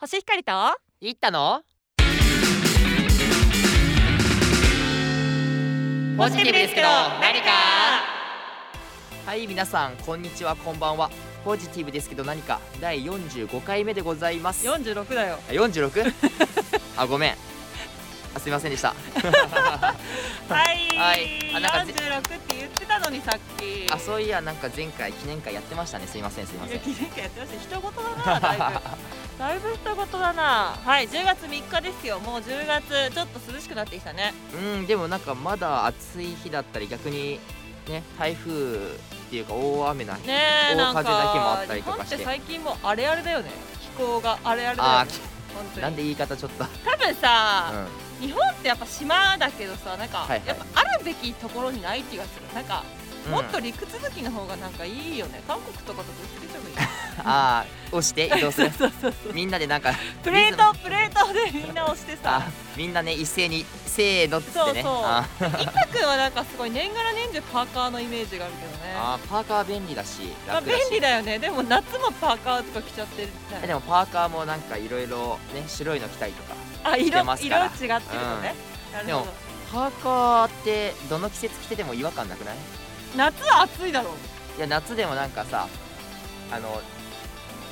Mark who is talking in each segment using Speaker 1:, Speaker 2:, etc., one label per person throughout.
Speaker 1: 星光と
Speaker 2: 行ったのポジティブですけど何かはい皆さんこんにちはこんばんはポジティブですけど何か第45回目でございますあ
Speaker 1: 46だよ
Speaker 2: 46? あごめんあすみませんでした
Speaker 1: はい、
Speaker 2: はいあなんかぜ
Speaker 1: 46って言ってたのにさっき
Speaker 2: あそういやなんか前回記念会やってましたねすみませんすみま
Speaker 1: い
Speaker 2: せ
Speaker 1: や
Speaker 2: ん
Speaker 1: 記念会やってました人事だなだいぶ だいぶ人事だなはい10月3日ですよもう10月ちょっと涼しくなってきたね
Speaker 2: うんでもなんかまだ暑い日だったり逆にね台風っていうか大雨な日、
Speaker 1: ねえな
Speaker 2: 大
Speaker 1: んか
Speaker 2: 風だけもあったりとか
Speaker 1: 日本
Speaker 2: し
Speaker 1: って
Speaker 2: て
Speaker 1: 最近もうあれあれだよね気候があれあれだよ
Speaker 2: あ
Speaker 1: ね
Speaker 2: ー
Speaker 1: 本当
Speaker 2: き
Speaker 1: に
Speaker 2: なんで言い方ちょっと、う
Speaker 1: 多分さ、
Speaker 2: ん、
Speaker 1: 日本ってやっぱ島だけどさなんか、
Speaker 2: はいはい
Speaker 1: やっぱあるべきところにない気がするなんか、もっと
Speaker 2: うん
Speaker 1: 陸続きの方がなんかいいよね韓国とかとぶつけてもいい
Speaker 2: あー押して移動す る
Speaker 1: そうそうそう
Speaker 2: みんなでなんか
Speaker 1: プレートプレートでみんな押してさ
Speaker 2: あみんなね一斉にせーのっつってね
Speaker 1: そうそう
Speaker 2: あー
Speaker 1: 一太君はなんかすごい年がら年中パーカーのイメージがあるけどね
Speaker 2: あーパーカー便利だし
Speaker 1: まあ、
Speaker 2: 楽だ
Speaker 1: 便
Speaker 2: し、
Speaker 1: 利だよねでも夏もパーカーとか着ちゃってるじゃ
Speaker 2: え
Speaker 1: ん
Speaker 2: でもパーカーもなんかいろいろね白いの着たりとか
Speaker 1: あ色
Speaker 2: 着てますから
Speaker 1: 色違ってるのね、なるほ
Speaker 2: で
Speaker 1: ど
Speaker 2: パーカーってどの季節着てても違和感なくない
Speaker 1: 夏は暑いだろう
Speaker 2: いや夏でもなんかさあの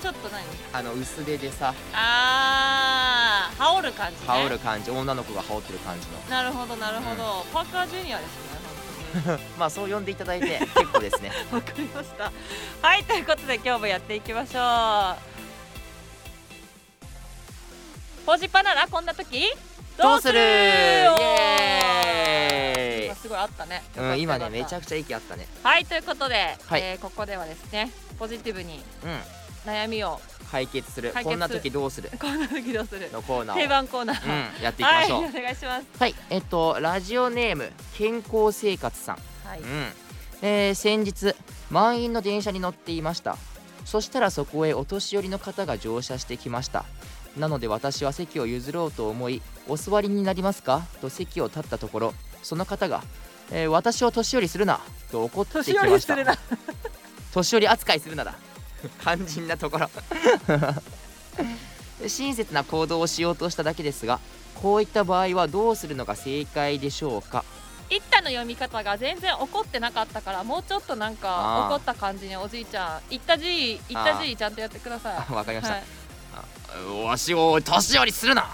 Speaker 1: ちょっと何
Speaker 2: あの薄手でさ
Speaker 1: あー羽織る感じね
Speaker 2: 羽織る感じ女の子が羽織ってる感じの
Speaker 1: なるほどなるほど、パーカージュニアですね本当に
Speaker 2: まあそう呼んでいただ いて結構ですね
Speaker 1: わかりましたはいということで今日もやっていきましょうポジパならこんな時
Speaker 2: どうするイ
Speaker 1: おー
Speaker 2: エ
Speaker 1: 今すごいあったね、
Speaker 2: ーイ、うん、今ねめち
Speaker 1: ゃ
Speaker 2: ゃくちゃ息あったね
Speaker 1: はいということで、
Speaker 2: はい
Speaker 1: えーここではですねポジティブに
Speaker 2: うん
Speaker 1: 悩みを
Speaker 2: 解決する
Speaker 1: 解決
Speaker 2: こんな時どうする
Speaker 1: こんな時どうする
Speaker 2: のコーナ
Speaker 1: 定
Speaker 2: ーを、
Speaker 1: 番コーナー、
Speaker 2: うん、やっていきましょう、
Speaker 1: は
Speaker 2: はいい、
Speaker 1: お願いします
Speaker 2: えっとラジオネーム健康生活さん、
Speaker 1: はい
Speaker 2: うんえー先日満員の電車に乗っていましたそしたらそこへお年寄りの方が乗車してきましたなので私は席を譲ろうと思い「お座りになりますか?」と席を立ったところその方が「えー私を年寄りするな」と怒ってき
Speaker 1: 年
Speaker 2: ま
Speaker 1: 寄
Speaker 2: した
Speaker 1: りするな
Speaker 2: 年寄り扱いするなだ 肝心なところ 親切な行動をしようとしただけですがこういった場合はどうするのが正解でしょうか
Speaker 1: 一太の読み方が全然怒ってなかったからもうちょっとなんか
Speaker 2: あ
Speaker 1: 怒
Speaker 2: ー
Speaker 1: った感じにおじいちゃん「いったじいいったじい」ちゃんとやってください。
Speaker 2: あ わかりました、
Speaker 1: はい、
Speaker 2: わしを年寄りするな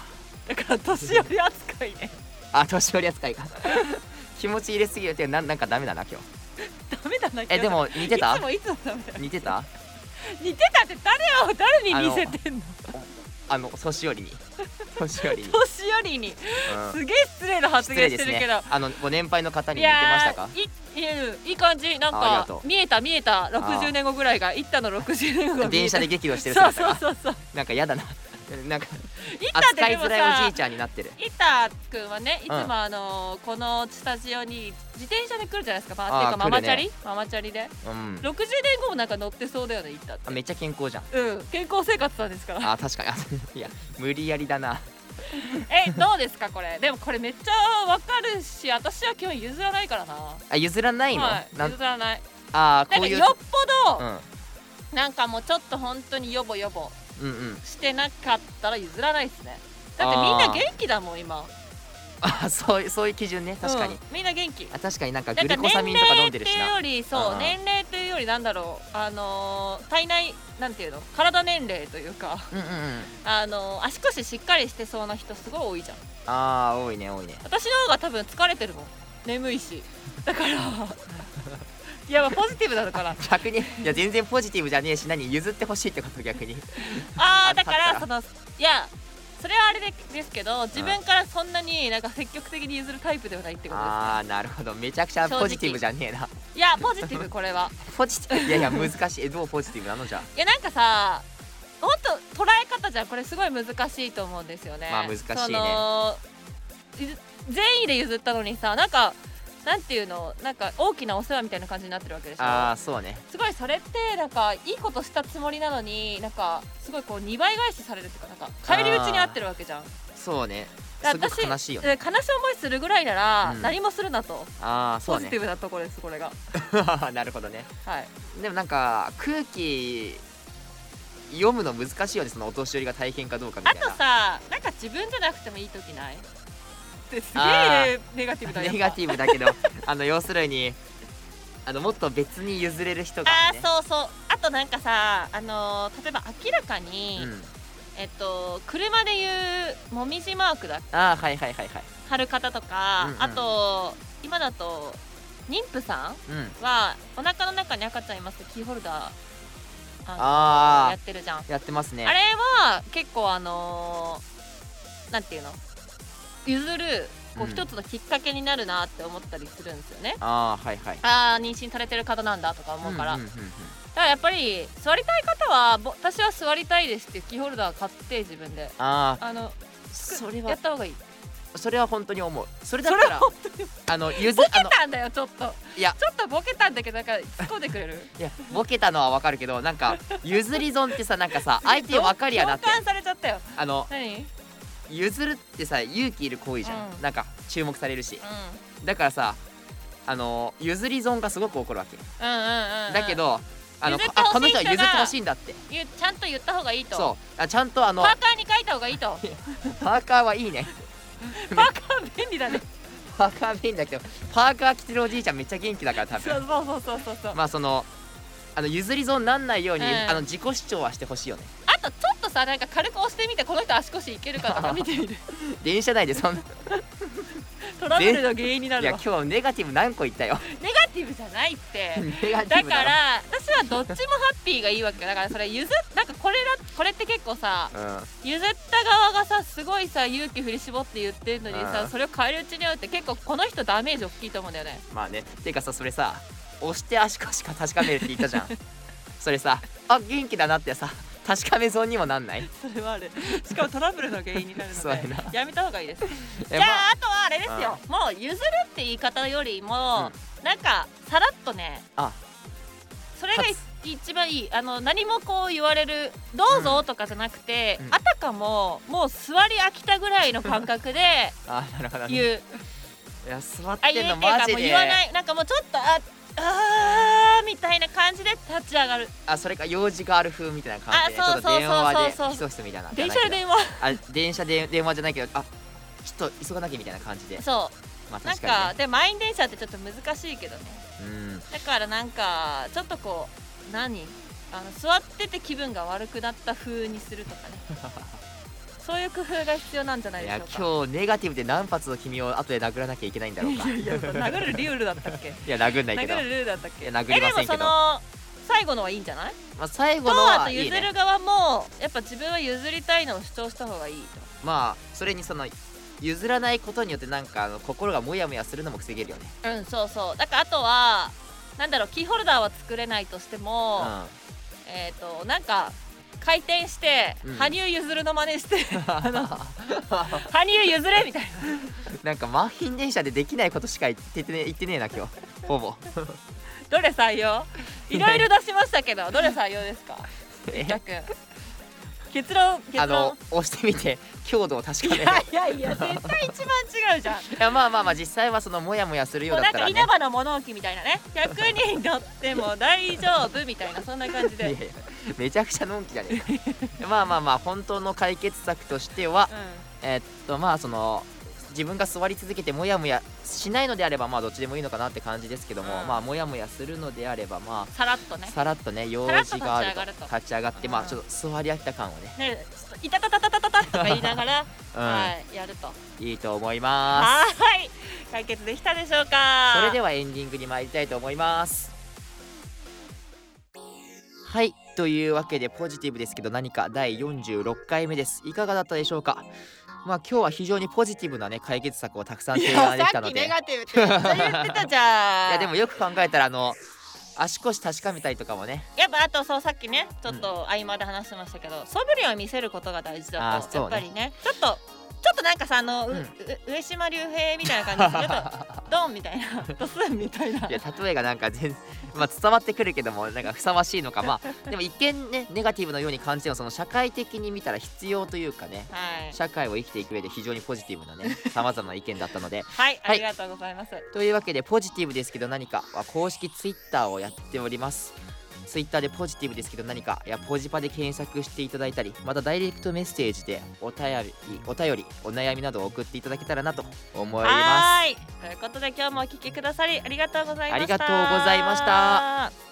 Speaker 1: だから年寄り扱いね
Speaker 2: あ年寄り扱いか 気持ち入れすぎるってなんなんかダメだな今日
Speaker 1: ダメだな
Speaker 2: えでも似てた
Speaker 1: いつもいつもダメ だよ
Speaker 2: 似てた
Speaker 1: 似てたって誰を誰に似せてんの
Speaker 2: あの年寄り に年寄りに、
Speaker 1: 年寄りに
Speaker 2: うん
Speaker 1: すげえ失礼な発
Speaker 2: 失
Speaker 1: 言し
Speaker 2: 礼で
Speaker 1: て
Speaker 2: す
Speaker 1: るけ
Speaker 2: ね
Speaker 1: ど、
Speaker 2: あのご年配の方に
Speaker 1: い
Speaker 2: 似てました
Speaker 1: や
Speaker 2: か
Speaker 1: ーいいやいい感じなん
Speaker 2: あありが
Speaker 1: か
Speaker 2: とう
Speaker 1: 見えた見えた
Speaker 2: あ
Speaker 1: 60
Speaker 2: ー
Speaker 1: 年後ぐらいが一太の60年後が見え
Speaker 2: 電
Speaker 1: た
Speaker 2: 車で激怒してる
Speaker 1: そう
Speaker 2: 姿
Speaker 1: そう
Speaker 2: が
Speaker 1: そうそう
Speaker 2: なんかやだななんか
Speaker 1: 一太って
Speaker 2: 扱
Speaker 1: で
Speaker 2: い
Speaker 1: もさ
Speaker 2: づらいおじいちゃんになってる
Speaker 1: イタくんはねいつも
Speaker 2: うん
Speaker 1: あのーこのスタジオに自転車で来るじゃないですか、まあ、
Speaker 2: あ
Speaker 1: って
Speaker 2: ー
Speaker 1: いうかママ
Speaker 2: 来るね
Speaker 1: チャリ、ママチャリで
Speaker 2: うん
Speaker 1: 60年後もなんか乗ってそうだよねイタっ
Speaker 2: あ
Speaker 1: て
Speaker 2: めっちゃ健 康じゃん
Speaker 1: うん健康生活なんですから
Speaker 2: あ確かにあ いや無理やりだな
Speaker 1: えどうですかこれでもこれめっちゃわかるし私は今日譲らないからな
Speaker 2: あ譲らないの、
Speaker 1: はい、
Speaker 2: なん
Speaker 1: 譲らない
Speaker 2: あー
Speaker 1: なんか
Speaker 2: こういう
Speaker 1: よっぽど、
Speaker 2: うん
Speaker 1: なんかもうちょっと本当にヨボヨボ
Speaker 2: うんうん
Speaker 1: してなかったら譲らないですねだってみんな元気だもん今
Speaker 2: あそういうそういう基準ね確かに、
Speaker 1: うんみんな元気
Speaker 2: あ確かになんか
Speaker 1: な
Speaker 2: グ
Speaker 1: んか
Speaker 2: ルコサミンとか飲んでるしな
Speaker 1: 年齢っていうよりそう、
Speaker 2: うん
Speaker 1: 年齢というよりなんだろうあのー体内なんていうの体年齢というか
Speaker 2: うんうんうん
Speaker 1: あのー足腰しっかりしてそうな人すごい多いじゃん
Speaker 2: あー多いね多いね
Speaker 1: 私の方が多分疲れてるもん眠いしだ からいやまあポジティブなの かな
Speaker 2: 逆にいや全然ポジティブじゃねえし何譲ってほしいってこと逆に
Speaker 1: あ
Speaker 2: あ
Speaker 1: ーだか
Speaker 2: だ
Speaker 1: ら
Speaker 2: っ
Speaker 1: そ
Speaker 2: た
Speaker 1: のいやそれはあれでですけど自分からそんなになんか積極的に譲るタイプではないってことです
Speaker 2: あーなるほどめちゃくちゃポジティブじゃねえない
Speaker 1: やポジティブこれは
Speaker 2: ポジティブいやいや難しいえどうポジティブなのじゃ
Speaker 1: いやなんかさ本当捉え方じゃんこれすごい難しいと思うんですよね。
Speaker 2: まあ難しいね
Speaker 1: そのゆ善意で譲ったのにさなんかなんていうのなんか大きなお世話みたいな感じになってるわけでし
Speaker 2: ああ
Speaker 1: ょ。
Speaker 2: ーそうね
Speaker 1: すごいそれってなんかいいことしたつもりなのになんかすごいこう2倍返しされるっていうかなんか返り討ちにあってるわけじゃん。
Speaker 2: そうね
Speaker 1: だ
Speaker 2: すごく悲しいよね
Speaker 1: うん悲しい思いするぐらいなら
Speaker 2: うん
Speaker 1: 何もするなと、
Speaker 2: ああそ
Speaker 1: ポ
Speaker 2: う
Speaker 1: ジ
Speaker 2: ね
Speaker 1: ティブなところですこれが。
Speaker 2: なるほどね
Speaker 1: はい。
Speaker 2: でもなんか空気読むの難しいよねそのお年寄りが大変かどうかみ
Speaker 1: あ
Speaker 2: たい
Speaker 1: と
Speaker 2: な
Speaker 1: さなんか自分じゃなくてもいい時ないってすげ
Speaker 2: あ
Speaker 1: えネガティブだよ
Speaker 2: ネガティブだけど あの要するにあのもっと別に譲れる人が
Speaker 1: あ
Speaker 2: ね
Speaker 1: ーそうそうあとなんかさあのー例えば明らかに、
Speaker 2: うん
Speaker 1: えっと車でいうもみじマークだ
Speaker 2: あーはいはいはいはい
Speaker 1: 貼る方とか、
Speaker 2: うんうん
Speaker 1: あと今だと妊婦さ
Speaker 2: うん
Speaker 1: んはお腹の中に赤ちゃんいますけどキーホルダーあの
Speaker 2: あ
Speaker 1: やってるじゃん、
Speaker 2: ーやってますね
Speaker 1: あれは結構あのーなんていうの譲るこう
Speaker 2: うん
Speaker 1: 一つのきっかけになるなって思ったりするんですよね、
Speaker 2: あーはいはい
Speaker 1: ああ妊娠されてる方なんだとか思うから、
Speaker 2: んんんうん
Speaker 1: だからやっぱり座りたい方はぼ私は座りたいですっていうキーホルダー買って自分で
Speaker 2: ああ
Speaker 1: あの
Speaker 2: それ
Speaker 1: や
Speaker 2: は
Speaker 1: った方がいい
Speaker 2: それは本当に思うそれだ
Speaker 1: そ
Speaker 2: っ
Speaker 1: れ
Speaker 2: た
Speaker 1: は
Speaker 2: ら
Speaker 1: 本当に
Speaker 2: あの譲
Speaker 1: ボケ
Speaker 2: あの
Speaker 1: たんだよちょっと
Speaker 2: いや
Speaker 1: ちょっとボケたんだけどなんか突っ込んでくれる
Speaker 2: いやボケたのはわかるけどなんか譲り損ってさなんかさ 相手わかり やなって
Speaker 1: 共感されちゃったよ
Speaker 2: あの
Speaker 1: 何うん
Speaker 2: 譲るってさ勇気いる行為じゃ
Speaker 1: う
Speaker 2: ん、
Speaker 1: ん
Speaker 2: なんか注目されるしだからさあの譲り損がすごく起こるわけ、
Speaker 1: うんうんうんうん
Speaker 2: だけどあの
Speaker 1: 譲って
Speaker 2: あ
Speaker 1: ほしい
Speaker 2: この人は譲って
Speaker 1: 人が
Speaker 2: ほしいんだって
Speaker 1: 言うちゃんと言った方がいいと
Speaker 2: そうあちゃんとあの
Speaker 1: パーカーに書いた方がいいと
Speaker 2: パーカーはいいね
Speaker 1: パーカー便利だね
Speaker 2: パーカー便利だけどパーカー着てるおじいちゃんめっちゃ元気だから多
Speaker 1: そう
Speaker 2: 分
Speaker 1: そうそうそうそうそう、
Speaker 2: まあそのあの譲り損なんないように、
Speaker 1: うん
Speaker 2: あの自己主張はしてほしいよね
Speaker 1: あとちょっとさなんか軽く押してみてこの人足腰いけるかとか見て みる
Speaker 2: 電車内でそんな
Speaker 1: トラブルの原因にないる
Speaker 2: や
Speaker 1: わ
Speaker 2: 今日ネガティブ何個言ったよ
Speaker 1: ネガティブじゃない って
Speaker 2: ネガティ
Speaker 1: だ
Speaker 2: ブ
Speaker 1: か
Speaker 2: だ
Speaker 1: ら私はどっちもハッピーがいいわけだからそれ譲っなんかこれだこれって結構さ
Speaker 2: ら
Speaker 1: 譲った側がさすごいさ勇気振り絞って言ってるのにさ、
Speaker 2: うん
Speaker 1: それを変えるうちによって結構この人ダメージ大きいと思うんだよね
Speaker 2: うんまあねていうかさそれさ押して足腰か確かめるって 言ったじゃんそれさあ元気だなってさ確かめ損にもなんない
Speaker 1: それはあるしかもトラブルの原因になる
Speaker 2: そうやな
Speaker 1: やめた方がいいですじ
Speaker 2: え
Speaker 1: ゃあ
Speaker 2: まあ
Speaker 1: あとはあれですよもう譲るって言い方よりも、なんかさらっとね
Speaker 2: あ
Speaker 1: それがい
Speaker 2: か
Speaker 1: 一番いいあの何もこう言われる「どうぞ」とかじゃなくて、
Speaker 2: うん
Speaker 1: あたかももう座り飽きたぐらいの感覚で
Speaker 2: あなるほど、ね、い
Speaker 1: 言う
Speaker 2: や座っ
Speaker 1: あ言
Speaker 2: てん
Speaker 1: う
Speaker 2: の
Speaker 1: っていう
Speaker 2: マ
Speaker 1: か
Speaker 2: ジ
Speaker 1: もう
Speaker 2: で
Speaker 1: 言わないなんかもうちょっとああーみたいな感じで立ち上がる
Speaker 2: あそれか用事がある風みたいな感じで、ね、
Speaker 1: あ
Speaker 2: ち
Speaker 1: そ
Speaker 2: ょ
Speaker 1: う
Speaker 2: っと電話で
Speaker 1: そうそうそうそう
Speaker 2: ひそひそみたいな
Speaker 1: 電車で
Speaker 2: じゃない
Speaker 1: 電話
Speaker 2: けどあ電車で電話じゃないけどあちょっと急がなきゃみたいな感じで
Speaker 1: そ
Speaker 2: まあ
Speaker 1: うなん
Speaker 2: 確かに、ね、
Speaker 1: かで満員電車ってちょっと難しいけどね
Speaker 2: うん
Speaker 1: だからなんかちょっとこう何あの座ってて気分が悪くなった風にするとかねそういう工夫が必要なんじゃない
Speaker 2: い
Speaker 1: でし
Speaker 2: や
Speaker 1: ょうか
Speaker 2: 今日ネガティブで何発の君を後で殴らなきゃいけないんだろうか い
Speaker 1: いや殴るルールだったっけ
Speaker 2: や殴んないけど
Speaker 1: 殴るルールだったっけ
Speaker 2: いや殴りませんけど
Speaker 1: えでもその最後のはいいんじゃない
Speaker 2: まあ、最後
Speaker 1: と
Speaker 2: の
Speaker 1: あ
Speaker 2: は
Speaker 1: と
Speaker 2: いい
Speaker 1: 譲
Speaker 2: ね
Speaker 1: る側もやっぱ自分は譲りたいのを主張した方がいいと
Speaker 2: まあそれにその譲らないことによってなんかあの心がモヤモヤするのも防げるよね
Speaker 1: うんそうそうだからあとはなんだろうキーホルダーは作れないとしても、えっ、となんか回転して、
Speaker 2: うん
Speaker 1: 羽生結弦の真似して
Speaker 2: うん
Speaker 1: 羽生結弦みたい
Speaker 2: なんか満員電車でできないことしか言っててね言ってねえな今日ほぼ
Speaker 1: などれ採用いろいろ出しましたけ どどれ採用ですか
Speaker 2: え
Speaker 1: みっくん結論結論
Speaker 2: あの押してみて強度を確か
Speaker 1: い
Speaker 2: めない
Speaker 1: やいやいや絶対一番違うじゃん
Speaker 2: いやまあまあまあ実際はそのモヤモヤするよう
Speaker 1: もうな
Speaker 2: だっ
Speaker 1: ん
Speaker 2: た
Speaker 1: から
Speaker 2: ね
Speaker 1: 稲葉の物置みたいなね100人乗っても大丈夫みたいなそんな感じ
Speaker 2: いやい
Speaker 1: で、
Speaker 2: やめちゃくちゃのんきじゃねえかまあまあまあ本当の解決策としては
Speaker 1: う
Speaker 2: えっとまあその自分が座り続けてモヤモヤしないのであればまあどっちでもいいのかなって感じですけども、
Speaker 1: うん
Speaker 2: まあモヤモヤするのであればま
Speaker 1: ん、さらっと
Speaker 2: あ
Speaker 1: ね
Speaker 2: さらっとね用事があると
Speaker 1: さらっと立ち上がると
Speaker 2: 立ち上がってまあ
Speaker 1: うん
Speaker 2: ちょっと座り飽きた感をね、
Speaker 1: ねちょっといたたたたたたたとか言いながら、
Speaker 2: うん
Speaker 1: はいやると
Speaker 2: い、いと思いま
Speaker 1: はーい解決できたでしょうか
Speaker 2: すそれではエンディングに参りたいと思いますはいというわけでポジティブですけど何か第46回目ですいかがだったでしょうかまあ今日は非常にポジティブなね解決策をたくさん
Speaker 1: い
Speaker 2: 提
Speaker 1: や
Speaker 2: 案でき
Speaker 1: さ
Speaker 2: た
Speaker 1: っ
Speaker 2: の
Speaker 1: き
Speaker 2: で
Speaker 1: ネガティブってめっちゃ言ってたじゃん
Speaker 2: いやでもよく考えたらあの足腰確かめたりとかもね
Speaker 1: やっぱあとそうさっきねちょっと合間で話してましたけど、素振りを見せることが大事だ
Speaker 2: あ
Speaker 1: と
Speaker 2: そ
Speaker 1: や
Speaker 2: う
Speaker 1: っ
Speaker 2: ね
Speaker 1: ぱりねちょっとちょっとなんかさあの、う
Speaker 2: うん
Speaker 1: う上島竜兵みたいな感じでちょっ とドンみたいなドスンみたいない
Speaker 2: や例えがなんか全 まあ伝わってくるけどもなんかふさわしいのかまあでも一見ねネガティブのように感じてもその社会的に見たら必要というかね
Speaker 1: はい、
Speaker 2: 社会を生きていく上で非常にポジティブなねさまざまな意見だったので
Speaker 1: はい、ありがとうございます。
Speaker 2: というわけでポジティブですけど何かは公式ツイッターをやっておりますツイッターでポジティブですけど何かいやポジパで検索していただいたりまたダイレクトメッセージでお便りお便りお悩みなどを送っていただけたらなと思います
Speaker 1: はーいということで今日もお聞きくださりありがとうございました
Speaker 2: ありがとうございました